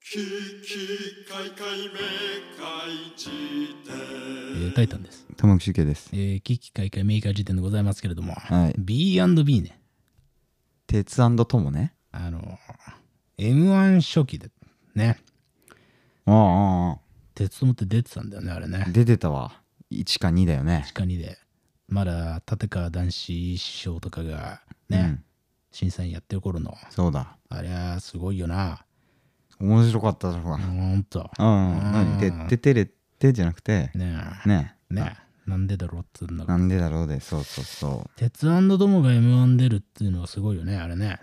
ききかいかいめかいじえてータイタンです。玉木周慶ですえー、危機開会メーカー時点でございますけれども、はい B&B ね、鉄ともねあの M1 初期でね、あああ鉄友って出てたんだよね、あれあね。出てたわ1か2だよね地下にで。まだ立川談志師匠とかがね、うん審査員やってる頃の、そうだあれはすごいよな。面白かったじゃんほんと。うんうん何てててれてじゃなくてねえ。ねねえ。なんでだろうっつうんだなんでだろうでそうそうそう鉄友が M1 出るっていうのはすごいよね、あれね。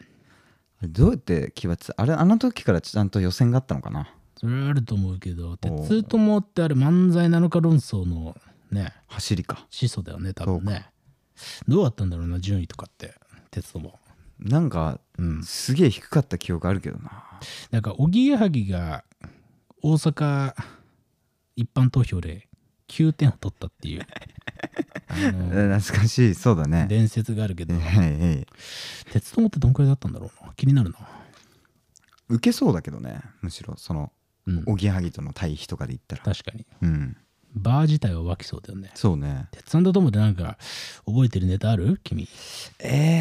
あれどうやって決まってたあれあの時からちゃんと予選があったのかなそれはあると思うけど、鉄友ってあれ漫才なのか論争のね、走りか始祖だよね、多分ね。どうだったんだろうな、順位とかって、鉄友。なんかうん。すげえ低かった記憶あるけどななんか、おぎやはぎが大阪一般投票で9点を取ったって いう、あの、え懐かしいそうだね伝説があるけどえ、はいはい鉄友ってどんくらいだったんだろうな。気になるな。受けそうだけどねむしろそのうん。おぎやはぎとの対比とかで言ったら確かに。うんバー自体は湧きそうだよね。そうね鉄友ってなんか、覚えてるネタある君。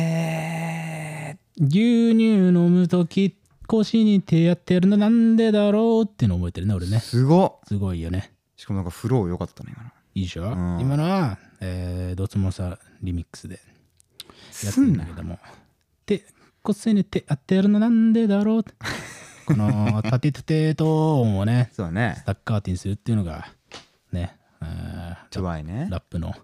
えー、牛乳飲むとき腰に手やってるのなんでだろうっていうの覚えてるね俺ねすごっすごいよねしかもなんかフロー良かったね今のいいでしょ、ん今のは、えー、ドツモさリミックスでやってするんんだなけども手腰に手やってるのなんでだろう このタテテテトーンをねそうだねスタッカーティンするっていうのがねあーちょばいね、ラップのうん、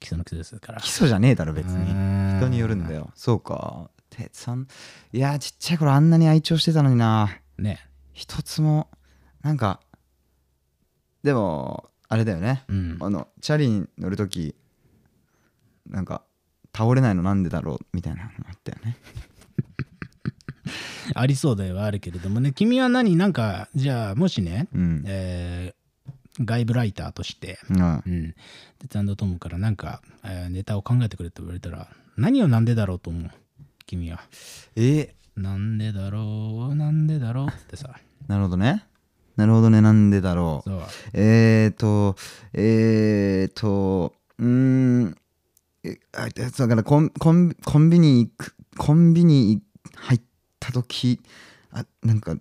基礎の基礎ですから基礎じゃねえだろ別うにーん人によるんだよそうかてさんいやーちっちゃい頃あんなに愛聴してたのになね一つもなんかでもあれだよねうんあのチャリに乗る時なんか倒れないのなんでだろうみたいなのもあったよねありそうではあるけれどもね君は何なんかじゃあもしねうん、えー外部ライターとして、うんうん、テツトムからなんか、えーネタを考えてくれと言われたら何をなんでだろうと思う君は。えーなんでだろうなんでだろうって さ。なるほどねなるほどねなんでだろうそうえーと、えーと、うーん、えあそうだからコンコンコンビニ行く、コンビニ入った時あなんか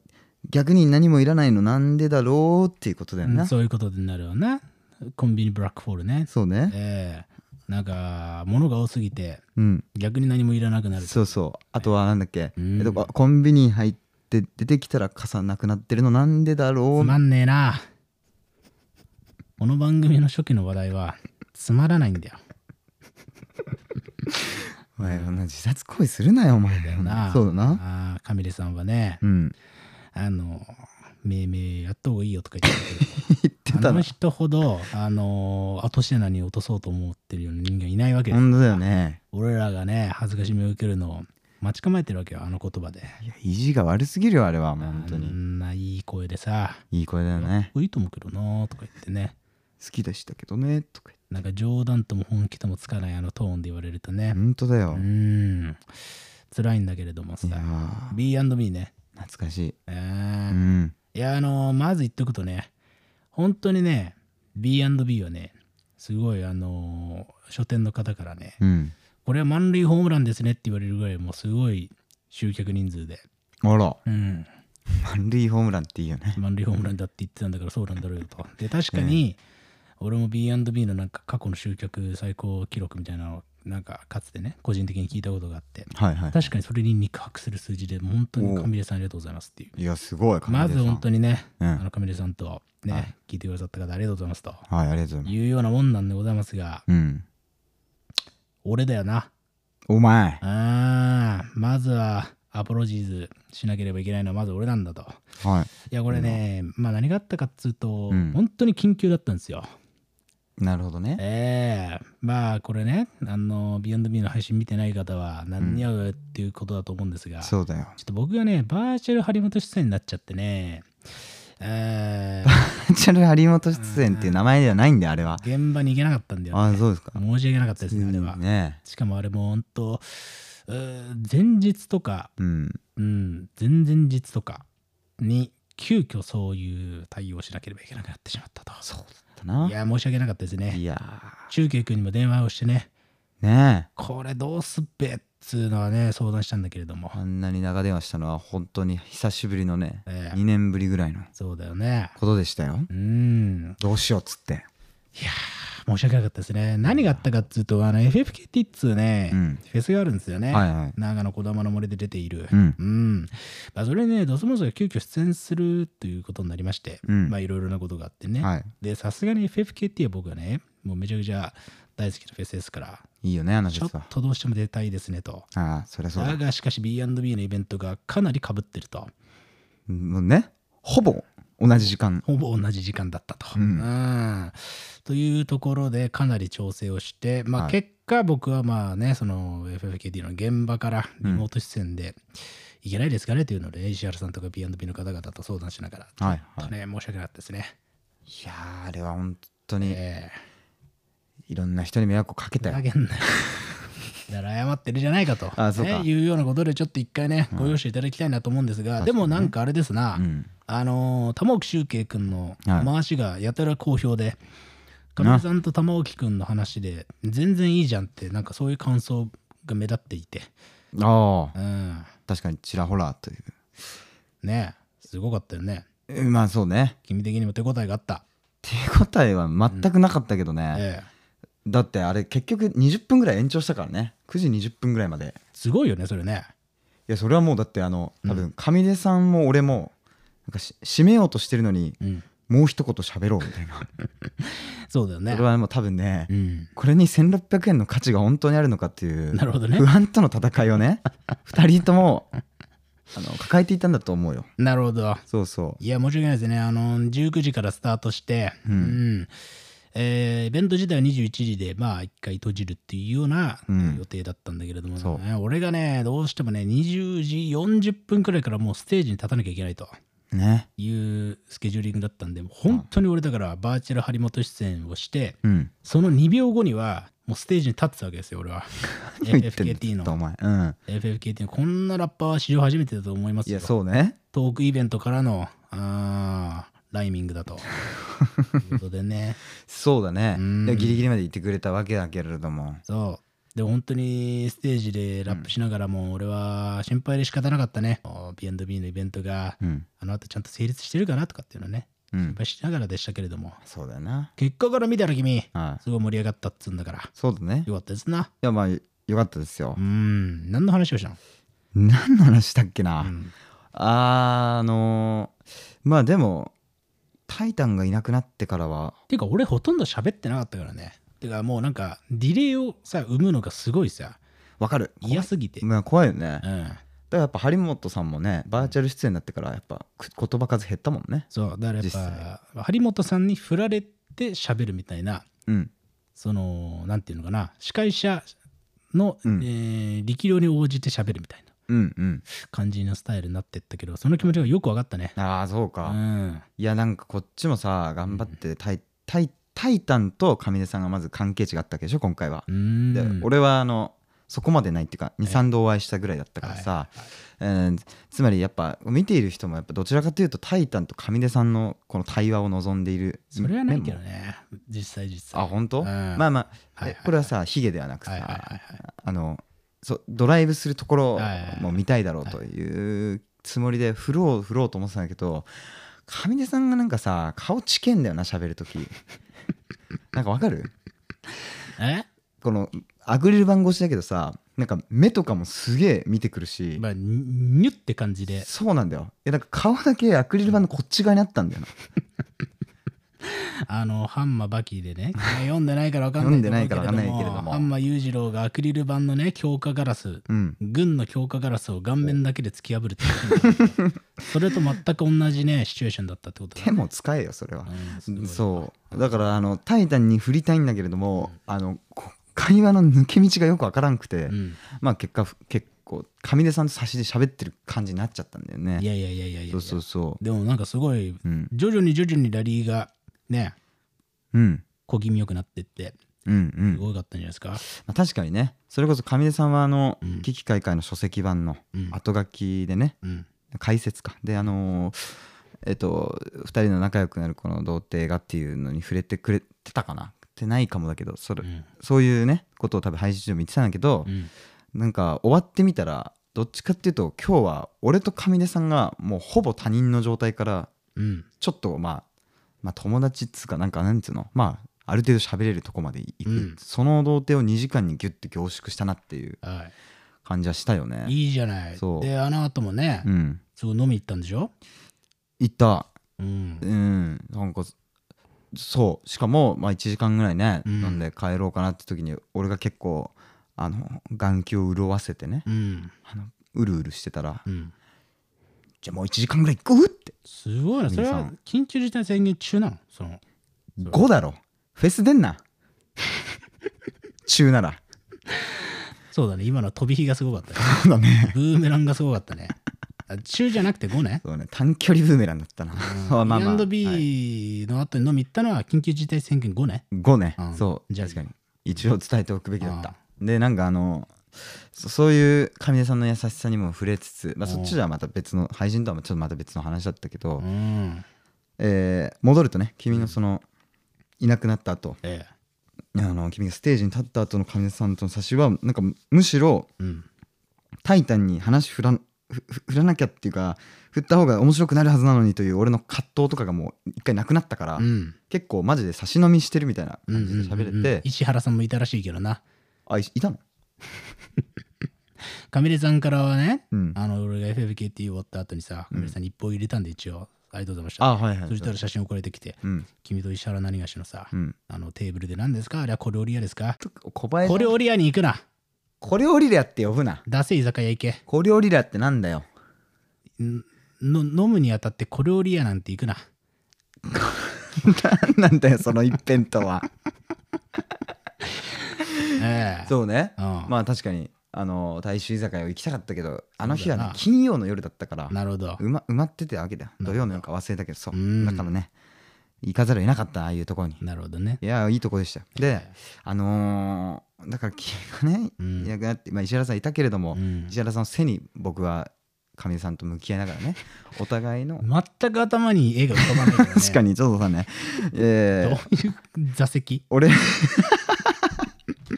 逆に何もいらないのなんでだろうっていうことだような。んそういうことになるよな。コンビニブラックホールね。そうね。えーなんか物が多すぎてうん。逆に何もいらなくなる。そうそう。あとはなんだっけ、うんえっと、あコンビニ入って出てきたら傘なくなってるのなんでだろつう、まんねえな。この番組の初期の話題はつまらないんだよ。お前、そんな自殺行為するなよ、お前。なそうだな。あーカミレさんはね、うん。あの、命名やった方がいいよとか言ってたけ言ってど、たあのな。人ほど、あの、後品に落とそうと思ってるような人間いないわけです。本当だよね。俺らがね、恥ずかしみを受けるのを待ち構えてるわけよ、あの言葉で。いや意地が悪すぎるよあれはもう本当あにんないい声でさ、いい声だよねいいと思うけどなとか言ってね、好きでしたけどねとかなんか冗談とも本気ともつかないあのトーンで言われるとね、本当だうよん、辛いんだけれどもさいや、ー B&B ね。懐かしいえうーんいや、あのまず言っとくとね、本当にね、B&B はね、すごい、あの書店の方からね、うんこれは満塁ホームランですねって言われるぐらい、もうすごい集客人数で、あらうん、満塁ホームランっていいよね満塁ホームランだって言ってたんだからそうなんだろうよと。で、確かに、俺も B&B のなんか過去の集客最高記録みたいなのを、なんかかつてね、個人的に聞いたことがあって、はいは確かにそれに肉薄する数字で、もう本当に神出さんありがとうございますっていう。いいやすごいまず本当ににね、うんあのカミレさんとね、はい聞いてくださった方ありがとうございますとはいありがとうございますいうようなもんなんでございますが、うん俺だよな。お前あーまずはアポロジーズしなければいけないのはまず俺なんだと。はいいやこれね、まあ何があったかっつうと、うん本当に緊急だったんですよ。なるほどねええまあこれね、あの、ビヨンドビーの配信見てない方は何に合うっていうことだと思うんですが、そうだよちょっと僕がね、バーチャル張本出演になっちゃってね、えー チャル張本出演っていう名前ではないんであれは現場に行けなかったんだよ、ね。あそうですか申し訳なかったですね、あれは。ねしかもあれも本当、うー前日とか、うんうん、前々日とかに急遽そういう対応をしなければいけなくなってしまったと。だないや、申し訳なかったですね。いや中継君にも電話をしてね、ーねえこれどうすっべっつうのはね、相談したんだけれども。あんなに長電話したのは本当に久しぶりのね、ええ2年ぶりぐらいのそうだよね。ことでしたようん。どうしようっつって申し訳なかったですね。何があったかっつうと、あの FFKT っつうね、うんフェスがあるんですよね。はいはい長野こだまの森で出ている。うんまあ、それね、ドスモスが急遽出演するということになりまして、うんまあいろいろなことがあってね。はいで、さすがに FFKT は僕はね、もうめちゃくちゃ大好きなフェスですから、いいよねあのちょっ実はとどうしても出たいですねと。ああそりゃそうだだが、しかし B&B のイベントがかなり被ってると。もうねほぼ同じ時間ほぼ同じ時間だったと。ううんんというところでかなり調整をして、まはあ、い結果僕はまあねその FFKD の現場からリモート出演でいけないですかねというので、石原さんとか B&B の方々と相談しながら、はいちょっとね申し訳なかったですね。いやーあれは本当にええいろんな人に迷惑をかけたよふざけんなよだから謝ってるじ ゃないかとあそうかね、いうようなことでちょっと一回ねご容赦いただきたいなと思うんですが、でもなんかあれですな、うんあのー玉置周慶君のはい回しがやたら好評で、かみ亀井さんと玉置君の話で全然いいじゃんってなんかそういう感想が目立っていて、ああうん、確かにちらほらというねえすごかったよねえまあそうね君的にも手応えがあった、手応えは全くなかったけどね、ええ、だってあれ結局20分ぐらい延長したからね9時20分ぐらいまですごいよねそれねいやそれはもうだってあの多分上出さんも俺もなんかし締めようとしてるのにうんもう一言喋ろうみた いなそうだよねそれはもう多分ねうんこれに1600円の価値が本当にあるのかっていうなるほどね 不安との戦いを ね2人ともあの抱えていたんだと思うよなるほどそうそいや、申し訳ないですね。あの、19時からスタートして、うん。えーイベント自体は21時で、まあ、一回閉じるっていうようなうん予定だったんだけれども、そうね俺がね、どうしてもね、20時40分くらいからもうステージに立たなきゃいけないとうねいうスケジューリングだったんで、もう本当に俺だから、バーチャル張本出演をして、うんその2秒後には、もうステージに立ってたわけですよ、俺は。 何言ってんだ FFKT ずっとおの。前うん FFKT のこんなラッパーは史上初めてだと思いますいよ。やそうねトークイベントからのあーライミングだと。ということでね、そうだねうんでギリギリまで言ってくれたわけだけれどもそう。で、本当にステージでラップしながらも、俺は心配で仕方なかったね。お B&B のイベントが、うんあの後ちゃんと成立してるかなとかっていうのね、うん心配しながらでしたけれども、そうだよな結果から見たら君、はいすごい盛り上がったっつうんだから、そうだねいよかったですな。やまあよかったですようーん、何の話をしたの何の話したっけな、うんあーあのーまあでも「タイタン」がいなくなってからはていうか、俺ほとんど喋ってなかったからね。てか、もうなんか、ディレイをさ、生むのがすごいさ、わかる嫌すぎて。まあ、怖いよね、だうかん。らやっぱ張本さんもねバーチャル出演になってからやっぱく言葉数減ったもんねそうだからや実っ際ぱ張本さんに振られて喋るみたいなうんそのなんていうのかな司会者の、うんえー力量に応じて喋るみたいなうんうん感じのスタイルになってったけどその気持ちがよく分かったねああそうか、うんいやなんかこっちもさ頑張ってタイタイ「タイタン」と上出さんがまず関係値があったわけでしょ今回はう、でん俺はあのそこまでないっていうか23度お会いしたぐらいだったからさ、えーつまりやっぱ見ている人もやっぱどちらかというと「タイタン」と上出さんのこの対話を望んでいるそれはないけど面もね実際実際あ本当、うんまあまあ、はいはいはえいこれはさヒゲではなくさ、はいはいはいはいあのそうドライブするところはいはいはいも見たいだろうというつもりで振ろう振ろうと思ってたんだけど上出さんがなんかさ顔ちけんだよな喋る ときなんかわかるこのアクリル板越しだけどさなんか目とかもすげえ見てくるえし、まあニュニュって感じでそうなんだよいやなんか顔だけアクリル板のこっち側にあったんだよなあのハンマバキで ね読んでないから分かんないと思うけれども読んでないから分かんないけれどもハンマ裕次郎がアクリル板のね強化ガラスうん軍の強化ガラスを顔面だけで突き破るっていうシーンなんだけどそれと全く同じねシチュエーションだったってことだ手も使えよそれは、うんすごいそうだからあの「タイタン」に振りたいんだけれども、あのこ会話の抜け道がよくわからんくて、うんまあ結果結構上出さんと差しで喋ってる感じになっちゃったんだよねいやいやいやいやいやそうそうそでもなんかすごいううん徐々に徐々にラリーがねうん小気味よくなってってうんうすん、まごかったんじゃないですか、あ、確かにねそれこそ上出さんはあの「うん危機開会」の書籍版のうん後書きでねうん解説かであのーえっと、2人の仲良くなるこの童貞がっていうのに触れてくれてたかなってないかもだけどそれ、うんそういうねことを多分配信中も言ってたんだけど、うんなんか終わってみたらどっちかっていうと今日は俺と上出さんがもうほぼ他人の状態からうんちょっとまあまあ友達っつうかなんかなんつうのまあある程度喋れるとこまで行く、うんその童貞を2時間にギュッて凝縮したなっていうは感じはしたよねい、いいじゃないそうであの後もね、うんすごい飲み行ったんでしょ、行ったうんうんなんかそうしかも、まあ、1時間ぐらいね、うん飲んで帰ろうかなって時に俺が結構あの眼球を潤わせてねうんあのうるうるしてたら、うん、じゃあもう1時間ぐらい行こうってすごいなそれ皆はさん緊急事態宣言中なのその5だろフェス出ん な中ならそうだね今のは飛び火がすごかったねそうだねブーメランがすごか ったねあ中じゃなくて5ねそうね短距離ブーメランだったな、そう まあまあ、はい、 B&B の後に飲み行ったのは緊急事態宣言後ね5ね、うんそうじゃあ確かに一応伝えておくべきだったあでなんかあのそそういう上出さんの優しさにも触れつつ、まあ、うんそっちではまた別の配信とはちょっとまた別の話だったけど、うんえー戻るとね君のその、いなくなった後ええあの君がステージに立った後の上出さんとの差しはなんかむしろうんタイタンに話振らんふふ振らなきゃっていうか振った方が面白くなるはずなのにという俺の葛藤とかがもう一回なくなったから、うん結構マジで差し飲みしてるみたいな感じで喋れうて、んうんうん石原さんもいたらしいけどなあいいたのカミレさんからはねうんあの俺が FFKT 終わった後にさカミレさんに一報入れたんで一応ありがとうございましたはいはそしたら写真送られてきてうん君と石原何がしのさうんあのテーブルで何ですかあれは小料理屋ですか小林小料理屋に行くな小料理屋って呼ぶな出せ居酒屋行け小料理屋ってなんだよ んの飲むにあたって小料理屋なんて行くな何なんだよその一辺とはええ そうねうんまあ確かにあの大衆居酒屋行きたかったけどあの日はそうだねな金曜の夜だったからなるほどうま埋まってたわけだ土曜の夜か忘れたけどそううんだからね行かざるを得なかったああいうところになるほどねいやいいとこでしたであのーだから君がねうんいなくなってまあ石原さんいたけれどもうん石原さんの背に僕は上出さんと向き合いながらねお互いの全く頭に絵が浮かばないから、ね、確かにちょっとさね、えどーういう座席俺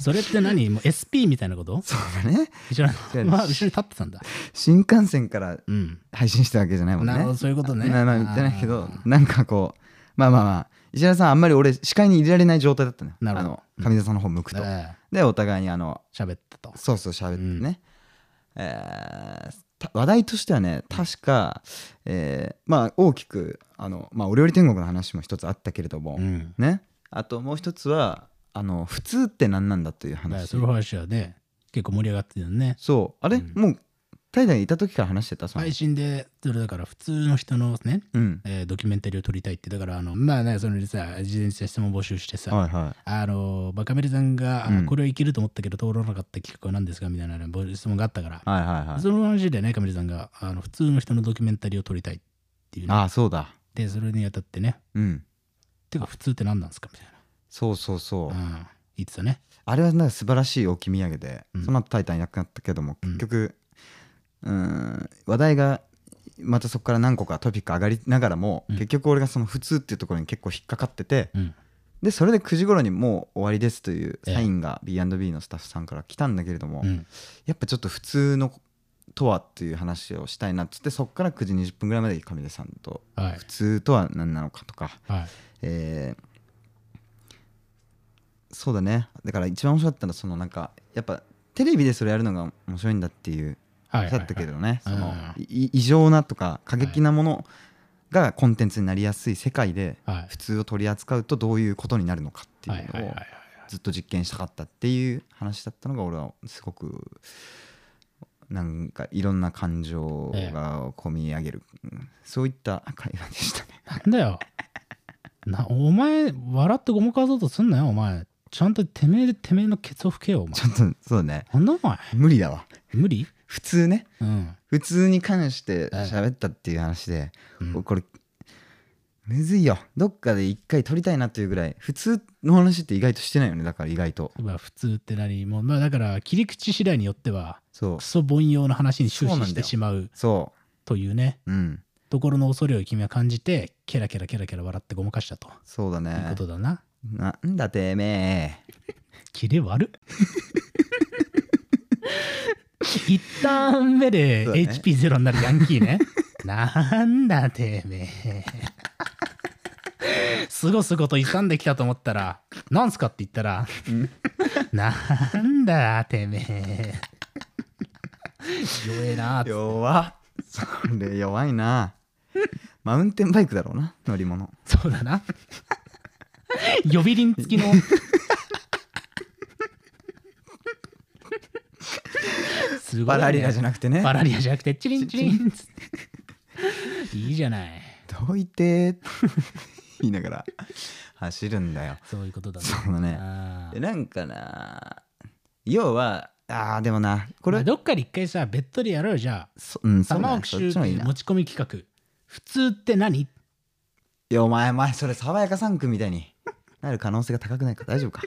それって何もう SP みたいなことそうだね後ろ違うに、まあ、後ろに立ってたんだ新幹線からうん配信したわけじゃないもんねなるほどそういうことねまあまあ言ってないけどあなんかこうまあまあまあ石原さんあんまり俺視界に入れられない状態だったのよなるほどあの上田さんの方向くと、えでお互いにあのえ喋ったとそうそう喋ってね、えーた話題としてはね確か、えーまあ大きくあの、まあ、お料理天国の話も一つあったけれども、うんねあともう一つはあの普通って何なんだというだから話その話はね結構盛り上がってたよねそうあれ、うんもうタイタンにいた時から話してたその、配信でそれだから普通の人のね、うんえードキュメンタリーを撮りたいってだからあのまあねそのさ事前にさ質問募集してさ、はいはあのバカメリさんが、あうんこれはいけると思ったけど通らなかった企画は何ですかみたいなねぼ質問があったからい、はいはいはいその話でねカメリさんがあの普通の人のドキュメンタリーを撮りたいっていうねああそうだでそれにあたってねうんてか普通って何なんですかみたいそうそうそな、う、うん、言ってたねあれはなんか素晴らしい置き土産で、うんその後タイタンいなくなったけどもうん結局うーん話題がまたそこから何個かトピック上がりながらも、うん結局俺がその普通っていうところに結構引っかかっててうんでそれで9時頃にもう終わりですというええサインが B&B のスタッフさんから来たんだけれども、うんやっぱちょっと普通のとはっていう話をしたいなっつってそこから9時20分ぐらいまで上出さんとはい普通とは何なのかとか、はいえーそうだねだから一番面白かったのはそのなんかやっぱテレビでそれやるのが面白いんだっていうはいだったけどね、はいはいはいそのい異常なとか過激なものがコンテンツになりやすい世界ではい普通を取り扱うとどういうことになるのかってはいはいいうはいのはをいずっと実験したかったっていう話だったのが俺はすごくなんかいろんな感情が込み上げる、うんそういった会話でしたね。 なんだよなお前笑ってごまかそうとすんなよお前ちゃんとてめえでてめえのケツを吹けよお前ちょっとそうねなんだお前無理だわ無理普通ねうん普通に関して喋ったっていう話で、うんこれむずいよどっかで一回撮りたいなというぐらい普通の話って意外としてないよねだから意外とまあ普通って何もうまあだから切り口次第によってはそうクソ凡庸の話に終そ始うなんしだてよしまうそというねううんところの恐れを君は感じてケラケラケラケラ笑ってごまかしたとそうだいうねことだななんだてめえキレ悪っ一旦目でそうだね HP0 になるヤンキーねなんだてめえすごすごと傷んできたと思ったら「なんすか?」って言ったら「なんだてめえ」弱えなっつって弱それ弱いなマウンテンバイクだろうな乗り物そうだな。呼び鈴付きの。すごいねバラリラじゃなくてねバラリアじゃなくて、チリンチリンっつって。いいじゃない。どいて ー言いながら走るんだよそういうことだね。そうだねあでーなんかな要はあーでもなこれまあどっかで一回さ、ベッドでやろうよじゃそうんあ。そう玉だね置そっ周ちの方がいい期な持ち込み企画。普通って何いやお前お前それ爽やか3区みたいになる可能性が高くないか大丈夫か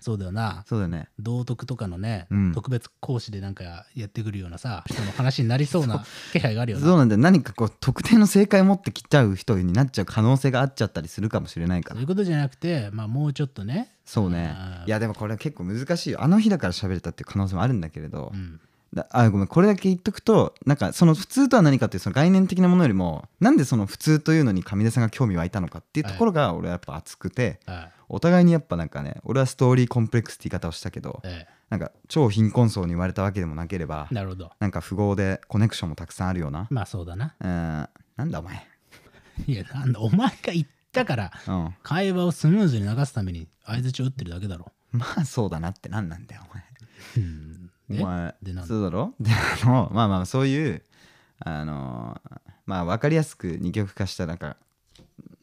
そうだよな。そうだよね道徳とかのね、うん特別講師でなんかやってくるようなさ、人の話になりそうな気配があるよそうな。なんだよ何かこう特定の正解持ってきちゃう人になっちゃう可能性があっちゃったりするかもしれないかそうらいうことじゃなくて、まあもうちょっとね、そうねあーいやでもこれ結構難しいよあの日だから喋れたっていう可能性もあるんだけれど、うん、だあごめんこれだけ言っとくとなんかその普通とは何かっていうその概念的なものよりもなんでその普通というのに上出さんが興味湧いたのかっていうところが俺はやっぱ熱くて、はいお互いにやっぱなんかね俺はストーリーコンプレックスって言い方をしたけどえなんか超貧困層に生まれたわけでもなければえ、なるほど。なんか富豪でコネクションもたくさんあるような、まあそうだな。うん、なんだお前いや、なんだ、お前が言ったから、うん会話をスムーズに流すために相づちを打ってるだけだろ。まあそうだなってなんなんだよお前うん、えお前でなんだそうだろ であのまあまあそういうあのまあ分かりやすく二極化したなんか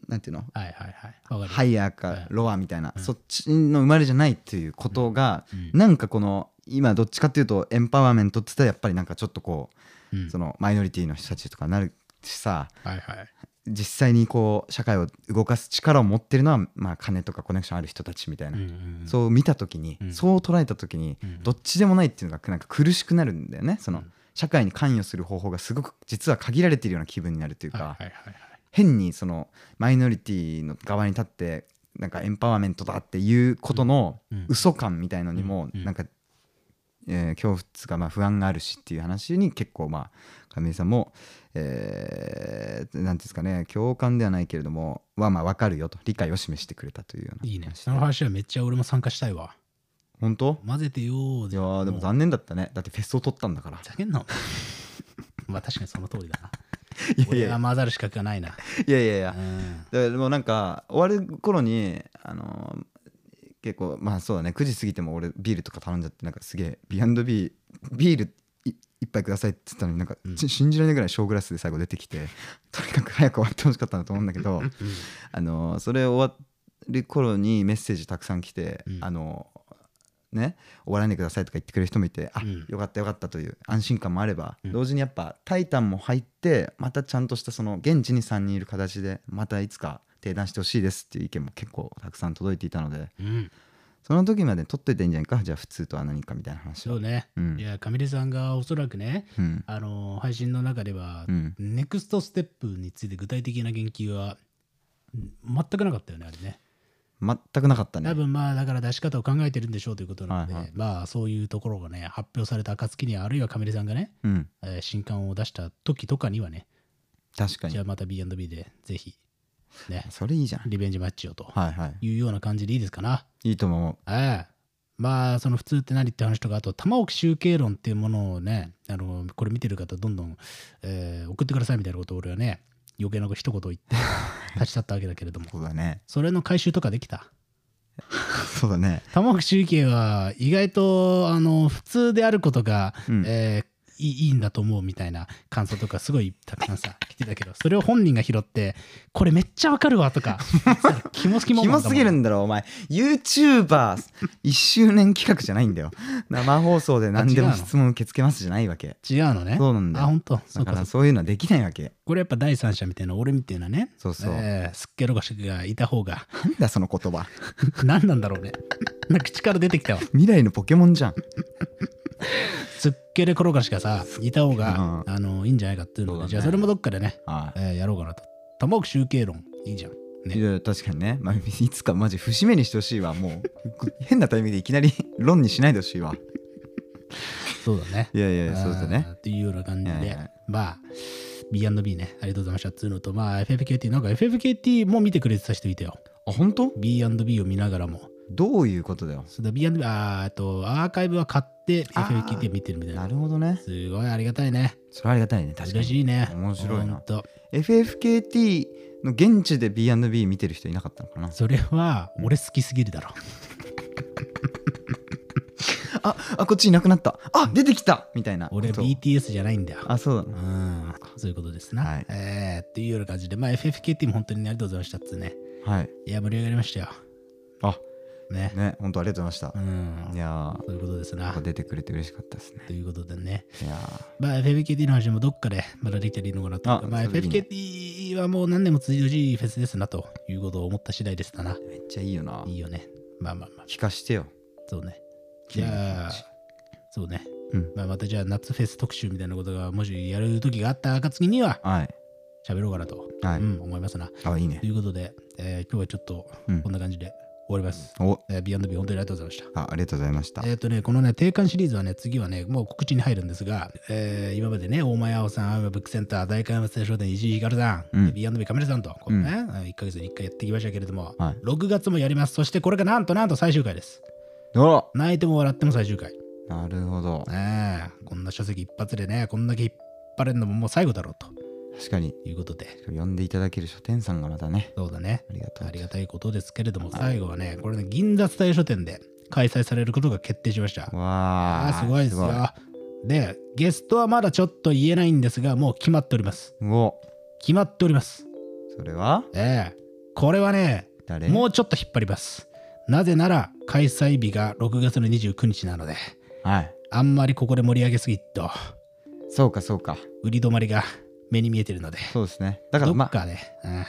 なんていうのはいはいはい。わかる。ハイヤーかロアみたいな、そっちの生まれじゃないっていうことが、うんなんかこの今どっちかっていうとエンパワーメントって言ったらやっぱりなんかちょっとこうう、んそのマイノリティの人たちとかなるしさはいはい。実際にこう社会を動かす力を持ってるのは、まあ、金とかコネクションある人たちみたいうんな、うん、そう見た時に、うんそう捉えた時に、うんどっちでもないっていうのがなんか苦しくなるんだよねその、うん社会に関与する方法がすごく実は限られてるような気分になるというか、はいはいはいはい。変にそのマイノリティの側に立ってなんかエンパワーメントだっていうことのうん嘘感みたいのにもうんなんか、えー恐怖っつうかまあ不安があるしっていう話に結構まあ亀井さんもえー、なんていうんですかね共感ではないけれどもはまあ分かるよと理解を示してくれたというようないいね。話でその話はめっちゃ俺も参加したいわ。本当混ぜてよーいやーでもざ残念だったねだってフェスを取ったんだからけんな。お前 まあ確かにその通りだな。 いやい俺やが混ざる資格がないな。いやいやいやうん。ででもなんか終わる頃にあのー結構まあそうだね9時過ぎても俺ビールとか頼んじゃってなんかすげえ B&B ビールい一杯くださいって言ったのになんか、うんち信じられないぐらい小グラスで最後出てきてとにかく早く終わってほしかったなと思うんだけ どあのーそれ終わる頃にメッセージたくさん来て、うんあのーね終わらないでくださいとか言ってくれる人もいてあ、うんよかったよかったという安心感もあれば、うん同時にやっぱ「タイタン」も入ってまたちゃんとしたその現地に3人いる形でまたいつか提談してほしいですっていう意見も結構たくさん届いていたのでうん。その時まで取っといていいんじゃないかじゃあ普通とは何かみたいな話そをうね。うんいや、かみれさんがおそらくね、うんあの配信の中では、うんネクストステップについて具体的な言及はん全くなかったよね、あれね。全くなかった多ね分まあ、だから出し方を考えてるんでしょうということなので、はいはいまあ、そういうところがね、発表された暁には、あるいはカメレさんがね、うんえー新刊を出した時とかにはね、確かじゃにあまた B&B でぜひ、ね、それいいじゃんリベンジマッチをとはいはいいうような感じでいいですかな。いいと思ええまあその普通って何って話とかあと玉置集計論っていうものをねあのこれ見てる方どんどん、えー送ってくださいみたいなことを俺はね余計な一言言って 立ち去ったわけだけれどもうそうだねそれの回収とかできたそうだね玉置集計は意外とあの普通であることが、うんえーいいいいんだと思うみたいな感想とかすごいたくさんさ来てたけどそれを本人が拾ってこれめっちゃわかるわと かキモすぎもんキだもモんすぎるんだろお前 YouTuber1 周年企画じゃないんだよ生放送で何でも質問受け付けますじゃないわけ違うのねそうなんだよあ本当そだうかかそうらかそういうのはできないわけこれやっぱ第三者みたいな俺みたいなねそうそうえーすっげろがしがいた方が なんだその言葉何なんだろうねなんか口から出てきたわ未来のポケモンじゃんすっけれ転がしがさいた方が、うあのいいんじゃないかっていうのでそうだねじゃあそれもどっかでね、はえーやろうかなと玉置集計論いいじゃんい。いや確かにね、まあ、いつかマジ節目にしてほしいわもう変なタイミングでいきなり論にしないでほしいわそうだねいやいやそうだねあーっていうような感じで、はいはいまあ B&B ねありがとうございましたっていうのとまあ FFKT なんか FFKT も見てくれてた人いたよあ本当 B&B を見ながらもどういうことだよそうだ B&B あーえっとアーカイブは買ってあー FFKT を見てるみたいななるほどねすごいありがたいねそれはありがたいね確嬉かにしいね面白いなほんと FFKT の現地で B&B 見てる人いなかったのかなそれは俺好きすぎるだろああこっちいなくなったあ出てきたみたいな俺はこと BTS じゃないんだよあそうだうなんそういうことですな、はいえーっていうような感じでまあ FFKT も本当にありがとうございましたっつうねはいいや盛り上がりましたよあねね本当ありがとうございましうた、んいやそういうことですなー出てくれて嬉しかったですねということでねいやまあ FFKT の話もどっかでまだできたらいいのかなというかあまあそれいいね FFKT はもう何年も続いてほしいフェスですなということを思った次第ですなーめっちゃいいよないいよねまあまあまあ聞かしてよそうねじゃあそうね、うんまあ、またじゃあ夏フェス特集みたいなことがもしやる時があった暁にははい喋ろうかなと、はい、うん、思いますなあいいねということで、えー今日はちょっとうんこんな感じで終わります、おえー、B&B 本当にありがとうございましたあありがとうございましたえっ、とね、このね、定款シリーズはね、次はね、もう告知に入るんですが、えー今までね、大前青さん、青山ブックセンター、大観山青少年、石井ひかるさん、うん B&B カメラさんと、こううんね、1ヶ月に1回やってきましたけれども、はい6月もやります。そしてこれがなんとなんと最終回です。お泣いても笑っても最終回。なるほどねえこんな書籍一発でね、こんだけ引っ張れるのももう最後だろうと確かにいうことで、呼んでいただける書店さんがまたねそうだね。ありがとうありがたいことですけれども、最後はね、これね、銀座スタイル書店で開催されることが決定しました。わああーすごいですよ。で、ゲストはまだちょっと言えないんですが、もう決まっております。お決まっております。それはええこれはね、誰もうちょっと引っ張ります。なぜなら、開催日が6月の29日なので、はいあんまりここで盛り上げすぎっと、そうかそうか売り止まりが目に見えてるので、そうですねだかどらっまあかで、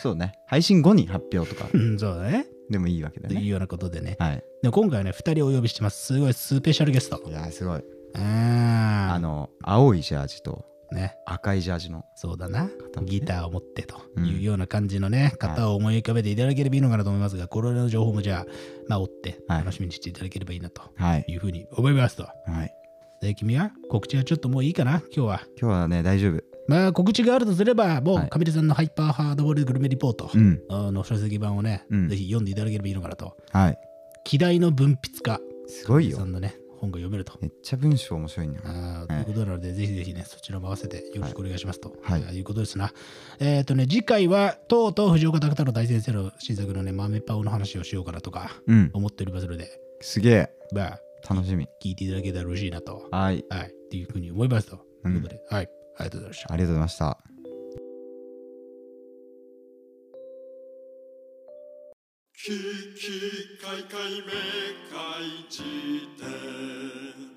そうね配信後に発表とかうん、うんそうだね。でもいいわけだというねようなことでね。はいで今回はね、2人お呼びしてます。すごいスペシャルゲスト。いやーすごいああの青いジャージとね、赤いジャージのそうだな、方もねギターを持ってとうんいうような感じのね、方を思い浮かべていただければいいのかなと思いますが、これらの情報もじゃあ、まあ、追ってはい楽しみにしていただければいいなとはいいうふうに思いますと。はいで、君は告知はちょっともういいかな、今日は。今日はね大丈夫まあ、告知があるとすれば、もはう、いカビルさんのハイパーハードボールグルメリポートうんあの書籍版をね、うんぜひ読んでいただければいいのかなと。はい希代の文筆家、すごいさよんのね、本が読めると。めっちゃ文章面白いんだよあーとはいいうことなので、ぜひぜひね、そちらも合わせてよろしくお願いしますと、はいい、うことですな。えっ、とね、次回は、とうとう藤岡拓太郎大先生の新作のね、豆パオの話をしようかなとか、うん思っておりますので、すげえまあ、楽しみ聞いていただけたら嬉しいなと、はいはい、っていうふうに思いますと、うんいうことで、はい、ありがとうございました。ありがとうございましたききかいかいめかいじ典